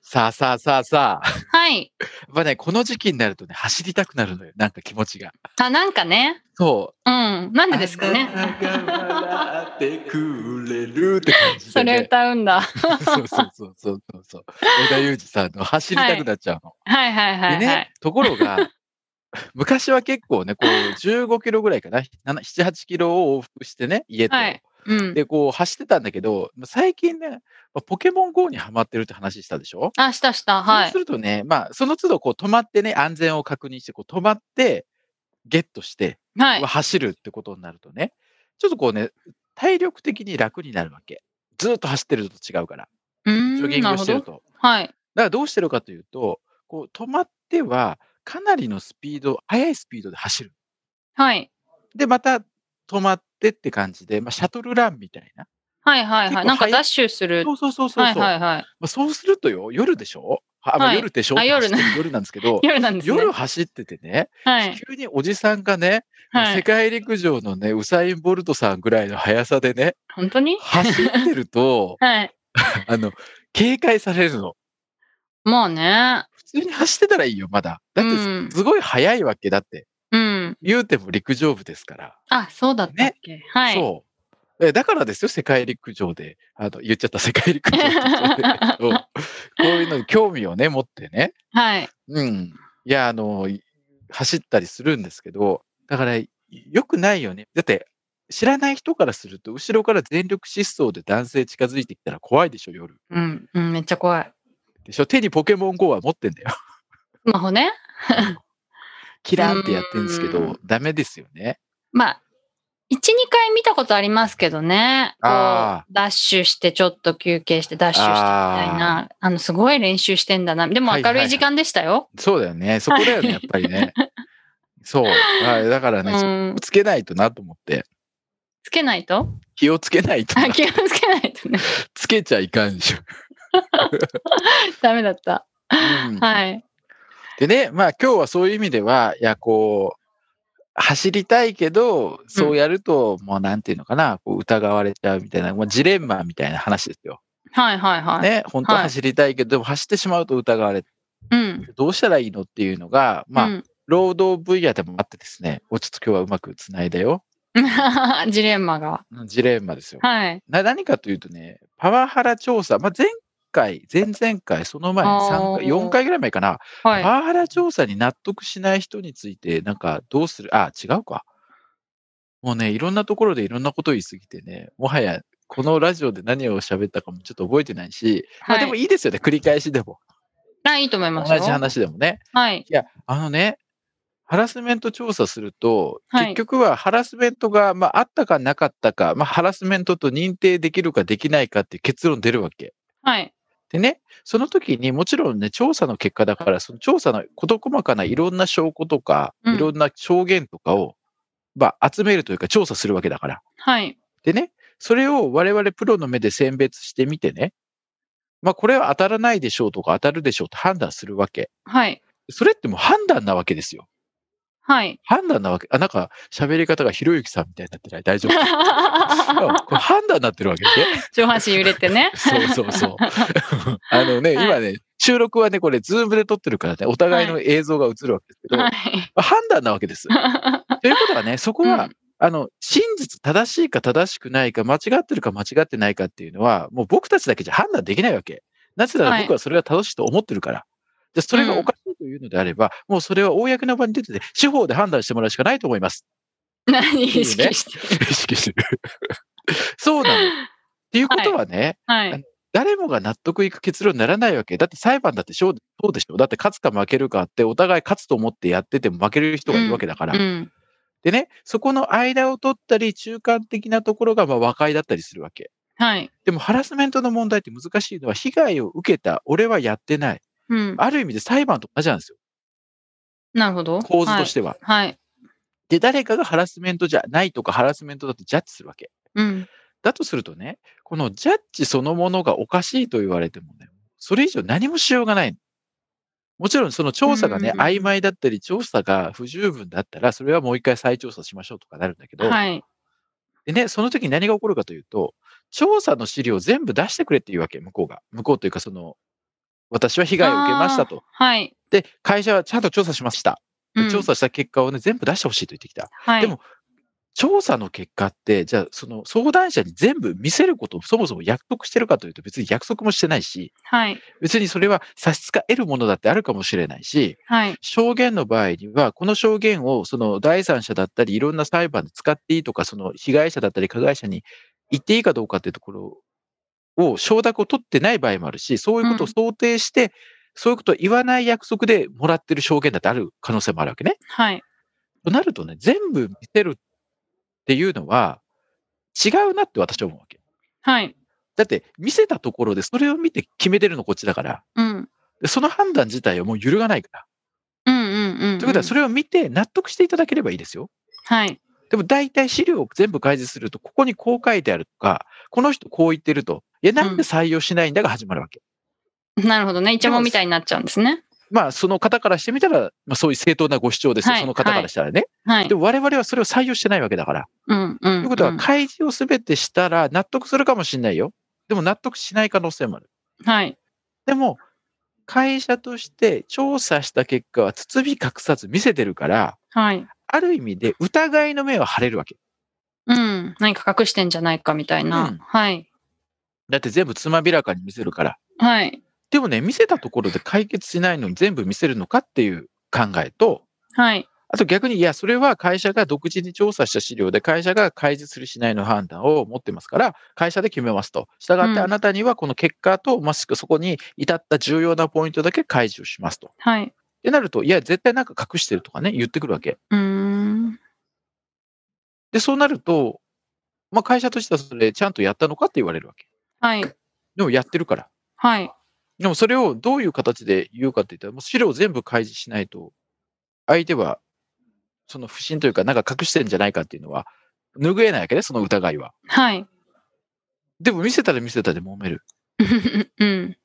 さあさあさあさあ。やはいっぱね、この時期になるとね、走りたくなるのよ。なんか気持ちが。あなんかねそうんなんう。でですかねあなたが笑ってくれるって感じそで、れね。歌うんだそうそうそうそうそうそう。小田裕二さんの走りたくなっちゃうの。はいはいはいはい、でね、ところが、昔は結構ね、こう、15キロぐらいかな。7、8キロを往復してね、家と。はいうんで、こう、走ってたんだけど、最近ね、まあポケモン GO にハマってるって話したでしょあしたしたはそういするとね、まあ、その都度こう止まってね、安全を確認して、こう止まって、ゲットして、はい走るってことになるとね、ちょっとこうね、体力的に楽になるわけ。ずーっと走ってるのと違うから、ジジョギングをしてると。はいだからどうしてるかというと、こう止まっては、かなりのスピード、速いスピードで走る。はいで、また止まってって感じで、まあ、シャトルランみたいな。はいはいはい結構なんか早いダッシュするそうそうそうそうそう。はいはいはいまあ、そうするとよ、夜でしょあ、まあはい夜でしょあ夜走ねってる夜なんですけど 、夜なんですね夜走っててね、はい急におじさんがね、は世い界陸上のね、ウサイン・ボルトさんぐらいの速さでね、本当に、走ってると はいあの、警戒されるの。もうね普通に走ってたらいいよ、まだ。だって、うんすごい速いわけだって。うん言うても陸上部ですから。あそうだったっけ、はいそう。えだからですよ、世界陸上で。あの、言っちゃった世界陸上って言っちゃった けどこういうのに興味をね、持ってね。はいうん。いや、あの、い走ったりするんですけど、だから、い良くないよね。だって、知らない人からすると、後ろから全力疾走で男性近づいてきたら怖いでしょ、夜。うん、うん、めっちゃ怖いでしょ手にポケモン GO は持ってん だよ。スマホねキラーンってやってるんですけうんど、ダメですよね。まあ12回見たことありますけどねこうあダッシュしてちょっと休憩してダッシュしてみたいなあのすごい練習してんだなでもはいは明いはるいい時間でしたよ、そうだよね。そこだよね、やっぱり ね。そう。はいだからね、そこうんつけないとなと思って、つけないと気をつけないとなあ気をつけないとね つけちゃいかんでしょ。ダメだったうんはいでね、まあ今日はそういう意味では、いや、こう、走りたいけど、そうやると、もうなんていうのかな、こう疑われちゃうみたいな、まあ、ジレンマみたいな話ですよ。はいはいはい、ね、本当ははい走りたいけど、でも走ってしまうと疑われて、うんどうしたらいいのっていうのが、まあ、うん労働分野でもあってですね、おちょっと今日はうまくつないだよ。 ジレンマが。うんジレンマですよ。はい。な何かというとね、パワハラ調査、まあ、前回、前々回、その前、あー3回、4回ぐらい前かな、はい。パワハラ調査に納得しない人について、なんかどうするあ、違うか。もうね、いろんなところでいろんなことを言いすぎてね、もはやこのラジオで何を喋ったかもちょっと覚えてないし、まあはいでもいいですよね、繰り返しでも。あいいと思い同ますじよ。話でもね。はい。いや、あのね、ハラスメント調査すると、はい結局はハラスメントが、まあ、あったかなかったか、まあ、ハラスメントと認定できるかできないかっていう結論出るわけ。はい。でね、その時にもちろんね、調査の結果だから、その調査の事細かないろんな証拠とか、うんいろんな証言とかを、まあ、集めるというか調査するわけだから。はい。でね、それを我々プロの目で選別してみてね、まあ、これは当たらないでしょうとか当たるでしょうと判断するわけ。はい。それってもう判断なわけですよ。はい。判断なわけ。あ、なんか喋り方がひろゆきさんみたいになってない大丈 夫。あこれ判断になってるわけね。上半身揺れてね。そうそうそう。 あのね、はい今ね、収録はね、これ、ズームで撮ってるからね、お互いの映像が映るわけですけど、はい。まあ判断なわけ です。ということはね、そこは、うんあの、真実、正しいか正しくないか、間違ってるか間違ってないかっていうのは、もう僕たちだけじゃ判断できないわけ。なぜなはらい僕はそれが正しいと思ってるから。じゃあそれがおかしいというのであれば、もうそれは公の場に出てて、司法で判断してもらうしかないと思い ます。何意識して。意識してる。そうなの。っていうことはね、はい。誰もが納得いく結論にならないわけ。だって裁判だってそうそうでしょ。だって勝つか負けるかあって、お互い勝つと思ってやってても負ける人がいるわけだから。うん。でね、そこの間を取ったり、中間的なところがまあ和解だったりするわけ。はい。でもハラスメントの問題って難しいのは、被害を受けた、俺はやってない。うん。ある意味で裁判と同じなんですよ。なるほど。構図としては。はい。はい。で、誰かがハラスメントじゃないとか、ハラスメントだとジャッジするわけ。うん。だとするとね、このジャッジそのものがおかしいと言われてもね、それ以上何もしようがない。もちろんその調査がね、うんうんうん曖昧だったり、調査が不十分だったら、それはもう一回再調査しましょうとかなるんだけど、はい。でね、その時に何が起こるかというと、調査の資料を全部出してくれっていうわけ、向こうが。向こうというか、その、私は被害を受けましたと。はい。で、会社はちゃんと調査しました。でうん調。査した結果をね、全部出してほしいと言ってきた。はい。でも、調査の結果って、じゃあ、その相談者に全部見せることをそもそも約束してるかというと、別に約束もしてないし、はい。別にそれは差し支えるものだってあるかもしれないし、はい。証言の場合には、この証言をその第三者だったり、いろんな裁判で使っていいとか、その被害者だったり、加害者に言っていいかどうかっていうところを、承諾を取ってない場合もあるし、そういうことを想定して、そういうことを言わない約束でもらってる証言だってある可能性もあるわけね。はい。となるとね、全部見せるっていうのは違うなって私は思うわけ。はい。だって見せたところでそれを見て決めてるのこっちだから、うん。でその判断自体はもう揺るがないから。うんうんうんうん。ということはそれを見て納得していただければいいですよ。はい。でも大体資料を全部開示すると、ここにこう書いてあるとか、この人こう言ってると、いや、なんで採用しないんだが始まるわけ。なるほどね。イチャモンみたいになっちゃうんですね。まあ、その方からしてみたら、まあ、そういう正当なご主張ですよ、はいその方からしたらね。はいで。も我々はそれを採用してないわけだから。うんうん。とということは、開示をすべてしたら納得するかもしれないよ。でも納得しない可能性もある。はい。でも、会社として調査した結果は包み隠さず見せてるから、はい。ある意味で疑いの目は晴れるわけ。うん。何か隠してんじゃないかみたいな。うんはい。だって全部つまびらかに見せるから。はい。でもね、見せたところで解決しないのに全部見せるのかっていう考えと、はい。あと逆に、いや、それは会社が独自に調査した資料で、会社が開示するしないの判断を持ってますから、会社で決めますと。したがっうんて、あなたにはこの結果と、まあ、しくそこに至った重要なポイントだけ開示をしますと。っはい。てなると、いや、絶対なんか隠してるとかね、言ってくるわけ。うーん。で、そうなると、まあ、会社としてはそれちゃんとやったのかって言われるわけ。はい。でもやってるから。はい。でもそれをどういう形で言うかって言ったら、もう資料を全部開示しないと、相手は、その不信というか、なんか隠してんじゃないかっていうのは、拭えないわけね、その疑いは。はい。 でも見せたら見せたで揉める。うん。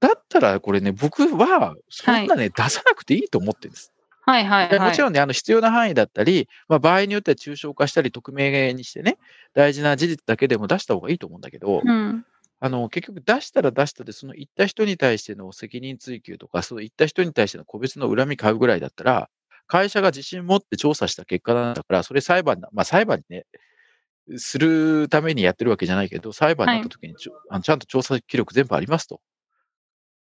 だったらこれね、僕は、そんなね、出さなくていいと思ってるんです。はいはいはい。もちろんね、あの必要な範囲だったり、まあ、場合によっては抽象化したり、匿名にしてね、大事な事実だけでも出した方がいいと思うんだけど、うん。あの、結局出したら出したで、その言った人に対しての責任追及とか、その言った人に対しての個別の恨み買うぐらいだったら、会社が自信持って調査した結果なんだから、それ裁判な、まあ裁判にね、するためにやってるわけじゃないけど、裁判になった時にちょ、あのちゃんと調査記録全部ありますと。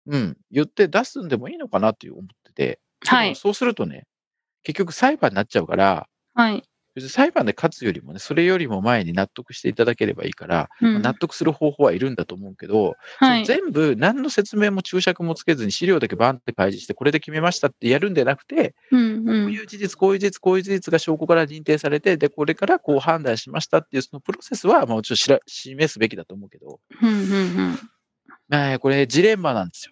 うん、言って出すんでもいいのかなって思ってて、でもはい。そうするとね、結局裁判になっちゃうから、はい。別に裁判で勝つよりもね、それよりも前に納得していただければいいから、うん納得する方法はいるんだと思うけど、はそのい。全部何の説明も注釈もつけずに資料だけバンって開示してこれで決めましたってやるんじゃなくて、うんう。こうんいう事実こういう事実こういう事実が証拠から認定されてでこれからこう判断しましたっていうそのプロセスはもうちょっと知ら示すべきだと思うけど、うんうんうん。まあ、これジレンマなんですよ。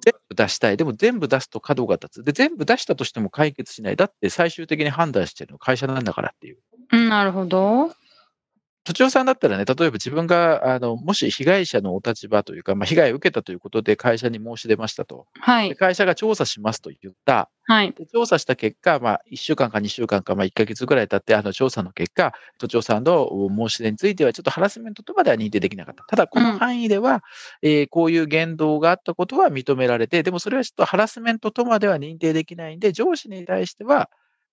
全部出したい。でも全部出すと角が立つ。で、全部出したとしても解決しない。だって最終的に判断してるの会社なんだからっていう。うんなるほど。土地さんだったらね、例えば自分が、あの、もし被害者のお立場というか、まあ、被害を受けたということで会社に申し出ましたと。はでい。会社が調査しますと言った。はい。で調査した結果、まあ、1週間か2週間か、まあ、1ヶ月ぐらい経って、あの調査の結果、都庁さんの申し出については、ちょっとハラスメントとまでは認定できなかった。ただ、こうんの範囲では、えーこういう言動があったことは認められて、でもそれはちょっとハラスメントとまでは認定できないんで、上司に対しては、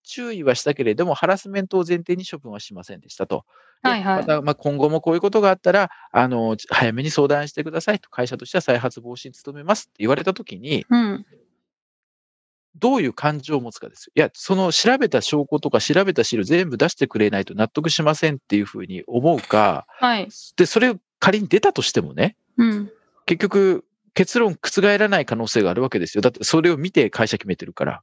注意はしたけれども、ハラスメントを前提に処分はしませんでしたと。ではいはいまた、まあ、今後もこういうことがあったら、あの、早めに相談してくださいと、会社としては再発防止に努めますって言われたときに、うん。どういう感情を持つかですよ。いや、その調べた証拠とか調べた資料全部出してくれないと納得しませんっていうふうに思うか、はい。で、それを仮に出たとしてもね、うん。結局結論覆らない可能性があるわけですよ。だってそれを見て会社決めてるから。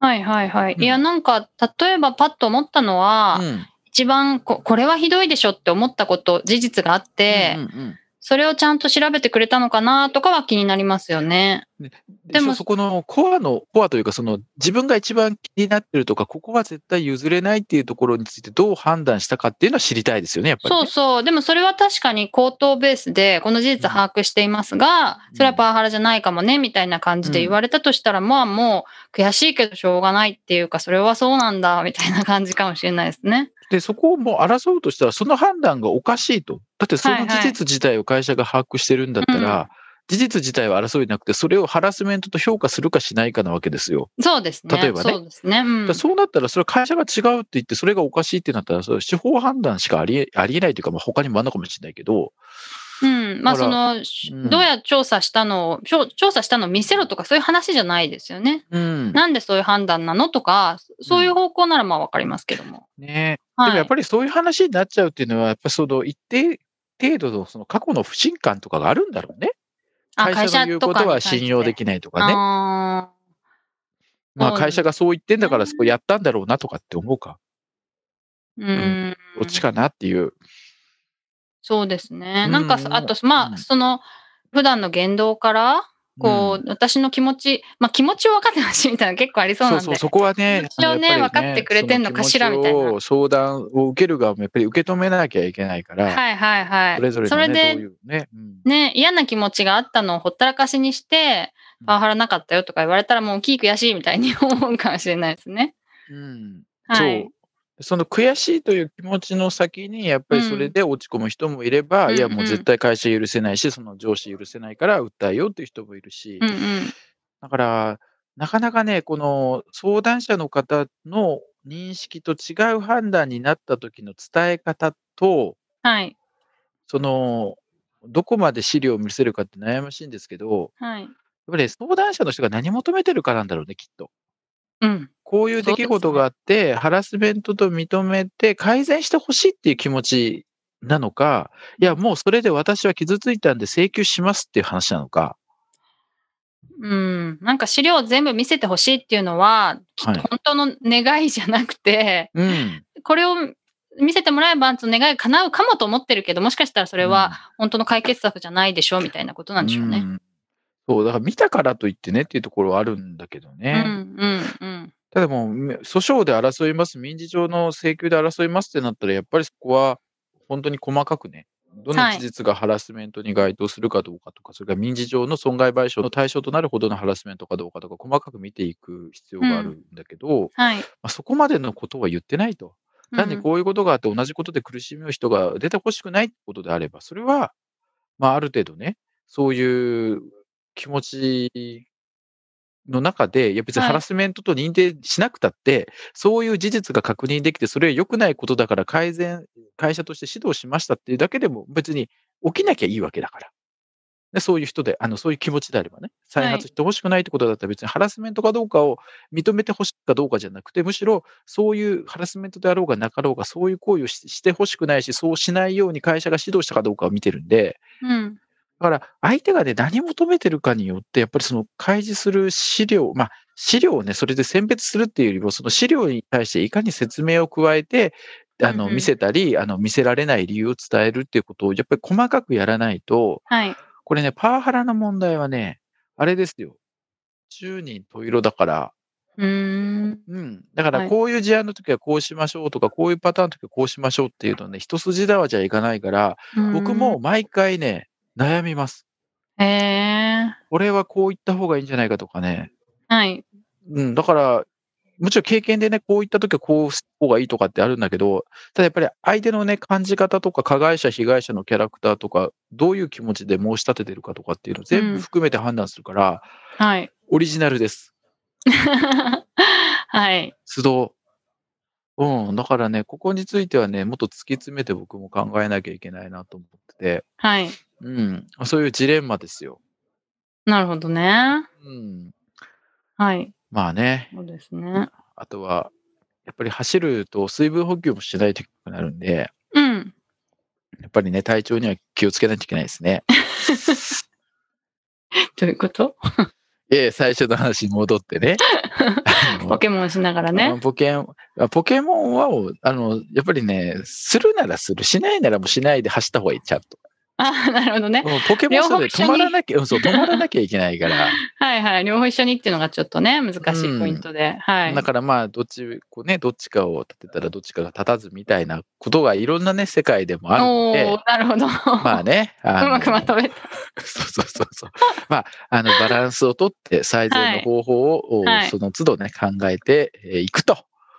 はいはいはい。うんいや、なんか、例えばパッと思ったのは、うん。一番こ、これはひどいでしょって思ったこと、事実があって、うんうんそれをちゃんと調べてくれたのかなとかは気になりますよね。ででももそこのコアの、コアというか、その自分が一番気になってるとか、ここは絶対譲れないっていうところについてどう判断したかっていうのは知りたいですよね、やっぱりね、そうそう。でもそれは確かに口頭ベースで、この事実は把握していますが、うんそれはパワハラじゃないかもね、みたいな感じで言われたとしたら、まあもう悔しいけどしょうがないっていうか、それはそうなんだ、みたいな感じかもしれないですね。で、そこをもう争うとしたら、その判断がおかしいと。だってその事実自体を会社が把握してるんだったら、うん事実自体は争いなくて、それをハラスメントと評価するかしないかなわけですよ。そうですね。例えばねそうですね。だうんから。そうなったら、それは会社が違うって言って、それがおかしいってなったら、それは司法判断しかありえありえないというか、まあ、他にもあるのかもしれないけど、うん。まあほそらの、うんどうや調査したのを、調調査したのを見せろとかそういう話じゃないですよね。うん。なんでそういう判断なのとか、そういう方向ならまあわかりますけども。ねではもやっい。ぱりそういう話になっちゃうっていうのは、やっぱりその一定程度のその過去の不信感とかがあるんだろうね。あ会社の言うことは信用でききないとかね。まあそう会社がそう言ってんだから、そこやったんだろうなとかって思うか。うん。どっちかなっていう。そうですね。うんなんかさ、あと、まうんあ、その、普段の言動から、こう、私の気持ち、まあ、気持ちを分かってほしいみたいなの結構ありうそん、うそうなんで。そう、そこはね、気持ちをやねぱり分かってくれてんのかしらそのみたいな気持ちを相談を受ける側もやっぱり受け止めなきゃいけないから、はいはいはい。それぞれの、ね、で、どういうね。うんね、嫌な気持ちがあったのをほったらかしにして、うんパワハラなかったよとか言われたらもうキー悔しいみたいに思うかもしれないですね。うんはい。そう。その悔しいという気持ちの先に、やっぱりそれで落ち込む人もいれば、うんいや、うんうんもう絶対会社許せないし、その上司許せないから訴えようという人もいるし、うんうん。だから、なかなかね、この相談者の方の認識と違う判断になった時の伝え方と、はい。その、どこまで資料を見せるかって悩ましいんですけど、はい。やっぱり相談者の人が何求めてるかなんだろうね、きっと。うん。こういう出来事があって、ハラスメントと認めて改善してほしいっていう気持ちなのか、いや、もうそれで私は傷ついたんで請求しますっていう話なのか。うん。なんか資料を全部見せてほしいっていうのは、きっはいと本当の願いじゃなくて、うん。これを見せてもらえば、その願いが叶うかもと思ってるけど、もしかしたらそそれは、本当の解決策じゃないでしょうみたいなことなんでしょうね。んそう、だから見たからといってねっていうところはあるんだけどうね。んうんうん。ただもう、訴訟で争います、民事上の請求で争いますってなったら、やっぱりそこは本当に細かくね、どのはい事実がハラスメントに該当するかどうかとか、それから民事上の損害賠償の対象となるほどのハラスメントかどうかとか、細かく見ていく必要があるんだけど、まはい。あ、そこまでのことは言ってないと。単にこういうことがあって同じことで苦しみを人が出てほしくないってことであれば、それは、まあ、ある程度ね、そういう気持ちの中で、いや別にはいハラスメントと認定しなくたって、そういう事実が確認できて、それは良くないことだから改善、会社として指導しましたっていうだけでも別に起きなきゃいいわけだから。でそういう人で、あの、そういう気持ちであればね、再はい発してほしくないってことだったら別にハラスメントかどうかを認めてほしいかどうかじゃなくて、むしろそういうハラスメントであろうがなかろうが、そういう行為をししてほしくないし、そうしないように会社が指導したかどうかを見てるんで、うん、うん。だから相手がね、何求めてるかによって、やっぱりその開示する資料、まあ、資料をね、それで選別するっていうよりも、その資料に対していかに説明を加えて、あうんの、うん見せたり、あの、見せられない理由を伝えるっていうことを、やっぱり細かくやらないと、はい。これね、パワハラの問題はね、あれですよ。10人十色だから、うーん。うん。だかはら、いこういう事案の時はこうしましょうとか、こういうパターンの時はこうしましょうっていうのね、一筋縄じゃいかないから、僕も毎回ね、悩みます。うん。へえ。これはこう言った方がいいんじゃないかとかね。はい。うん、だから、もちろん経験でね、こういった時はこうした方がいいとかってあるんだけど、ただやっぱり相手のね、感じ方とか、加害者、被害者のキャラクターとか、どういう気持ちで申し立ててるかとかっていうの全うん部含めて判断するから、はい。 オリジナルです。はい。須藤。うん、だからね、ここについてはね、もっと突き詰めて僕も考えなきゃいけないなと思ってて、はい。うん、そういうジレンマですよ。なるほどね。うん、はい。まあね、そうですね。あとは、やっぱり走ると水分補給もしないといけなくなるんで、うん。やっぱりね、体 調には気をつけないといけないですね。どういうことええ、最初の話に戻って ね。あのポケモンしながらあね。ポケモン、ポケモンはを、あの、やっぱりね、するならする、しないならもうしないで走った方がいい、ちゃんと。あ、 なるほどね。もうポケモン両そう方で一止緒にまらなきゃ、うんそう、止まらなきゃいけないから。はいはい。両方一緒にっていうのがちょっとね、難しいポイントで。 はいだ。からまあ、どっち、こうね、どっちかを立てたらどっちかが立たずみたいなことがいろんなね、世界でもあるのおでー、、なるほど。まあね、あの うまくまとめた。 そうそうそうそう。まあ、あの、バランスをとって、最善の方法を、はいその都度ね、考えてえーいくと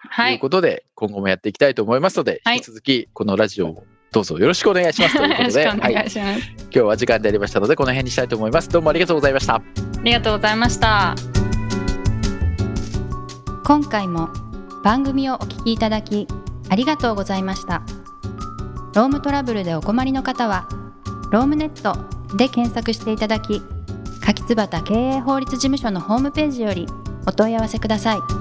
はいうい。ことで、今後もやっていきたいと思いますので、はい引き続き、このラジオをどうぞよろしくお願いしますと よいうころとしで、くおはい、願今いします。日は時間でありましたので、この辺にしたいと思います。どうもありがとうございました。ありがとうございました。今回も番組をお聞きいただきありがとうございましたロームトラブルでお困りの方は「ロームネット」で検索していただき柿椿経営法律事務所のホームページよりお問い合わせください